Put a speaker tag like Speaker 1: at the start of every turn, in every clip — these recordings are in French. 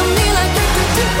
Speaker 1: on me like do, do, do, do.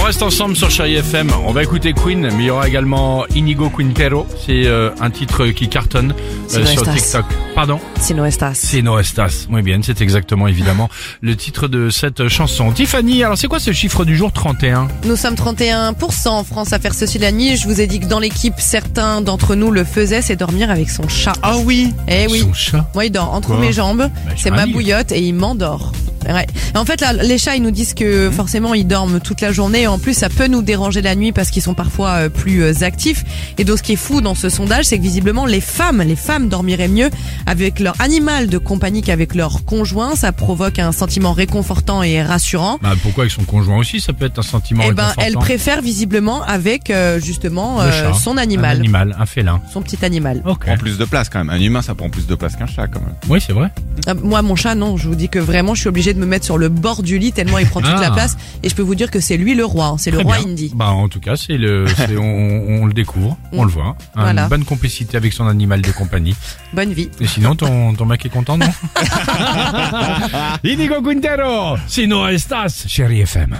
Speaker 2: On reste ensemble sur Chérie FM. On va écouter Queen, mais il y aura également Inigo Quintero. C'est euh, un titre qui cartonne
Speaker 3: Si
Speaker 2: euh,
Speaker 3: no
Speaker 2: sur
Speaker 3: estás.
Speaker 2: TikTok. Pardon
Speaker 3: Si no estás.
Speaker 2: C'est No Estas. Oui, bien, c'est exactement, évidemment, le titre de cette chanson. Tiffany, alors c'est quoi ce chiffre du jour 31
Speaker 3: Nous sommes 31% en France à faire ceci la nuit. Je vous ai dit que dans l'équipe, certains d'entre nous le faisaient, c'est dormir avec son chat.
Speaker 2: Ah oui
Speaker 3: Eh oui.
Speaker 2: Son chat
Speaker 3: Moi, il dort entre
Speaker 2: Quoi Bah,
Speaker 3: mes jambes,
Speaker 2: j'ai
Speaker 3: c'est
Speaker 2: un
Speaker 3: ma
Speaker 2: livre.
Speaker 3: bouillotte et il m'endort. Ouais. Et En fait, là, les chats, ils nous disent que
Speaker 2: Mhm.
Speaker 3: forcément, ils dorment toute la journée. Et en plus, ça peut nous déranger la nuit parce qu'ils sont parfois euh, plus euh, actifs. Et donc, ce qui est fou dans ce sondage, c'est que visiblement, les femmes, les femmes dormiraient mieux avec leur animal de compagnie qu'avec leur conjoint. Ça provoque un sentiment réconfortant et rassurant.
Speaker 2: Bah pourquoi avec son conjoint aussi Ça peut être un sentiment
Speaker 3: Eh ben, elle
Speaker 2: réconfortant.
Speaker 3: préfère visiblement avec euh, justement
Speaker 2: Le chat,
Speaker 3: euh, son
Speaker 2: Un
Speaker 3: animal,
Speaker 2: animal, un félin.
Speaker 3: son petit animal.
Speaker 2: Ok.
Speaker 4: prend plus de place quand même. Un humain, ça prend plus de place qu'un chat quand même.
Speaker 2: Oui, c'est vrai.
Speaker 3: Ah, moi, mon chat, non, je vous dis que vraiment, je suis obligée de me mettre sur le bord du lit tellement il prend toute
Speaker 2: Ah.
Speaker 3: la place. Et je peux vous dire que c'est lui le roi, hein, c'est le
Speaker 2: Très
Speaker 3: roi
Speaker 2: bien.
Speaker 3: Indy.
Speaker 2: Bah en tout cas, c'est le, c'est- on, on le découvre, on
Speaker 3: Mm.
Speaker 2: le voit. hein. Une
Speaker 3: Voilà.
Speaker 2: bonne complicité avec son animal de compagnie.
Speaker 3: Bonne vie.
Speaker 2: Et sinon, ton, ton mec est content, non Inigo Quintero, Sino Estas, Chérie FM.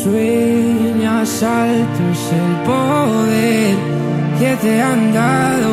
Speaker 5: Sueña saltos el poder que te han dado.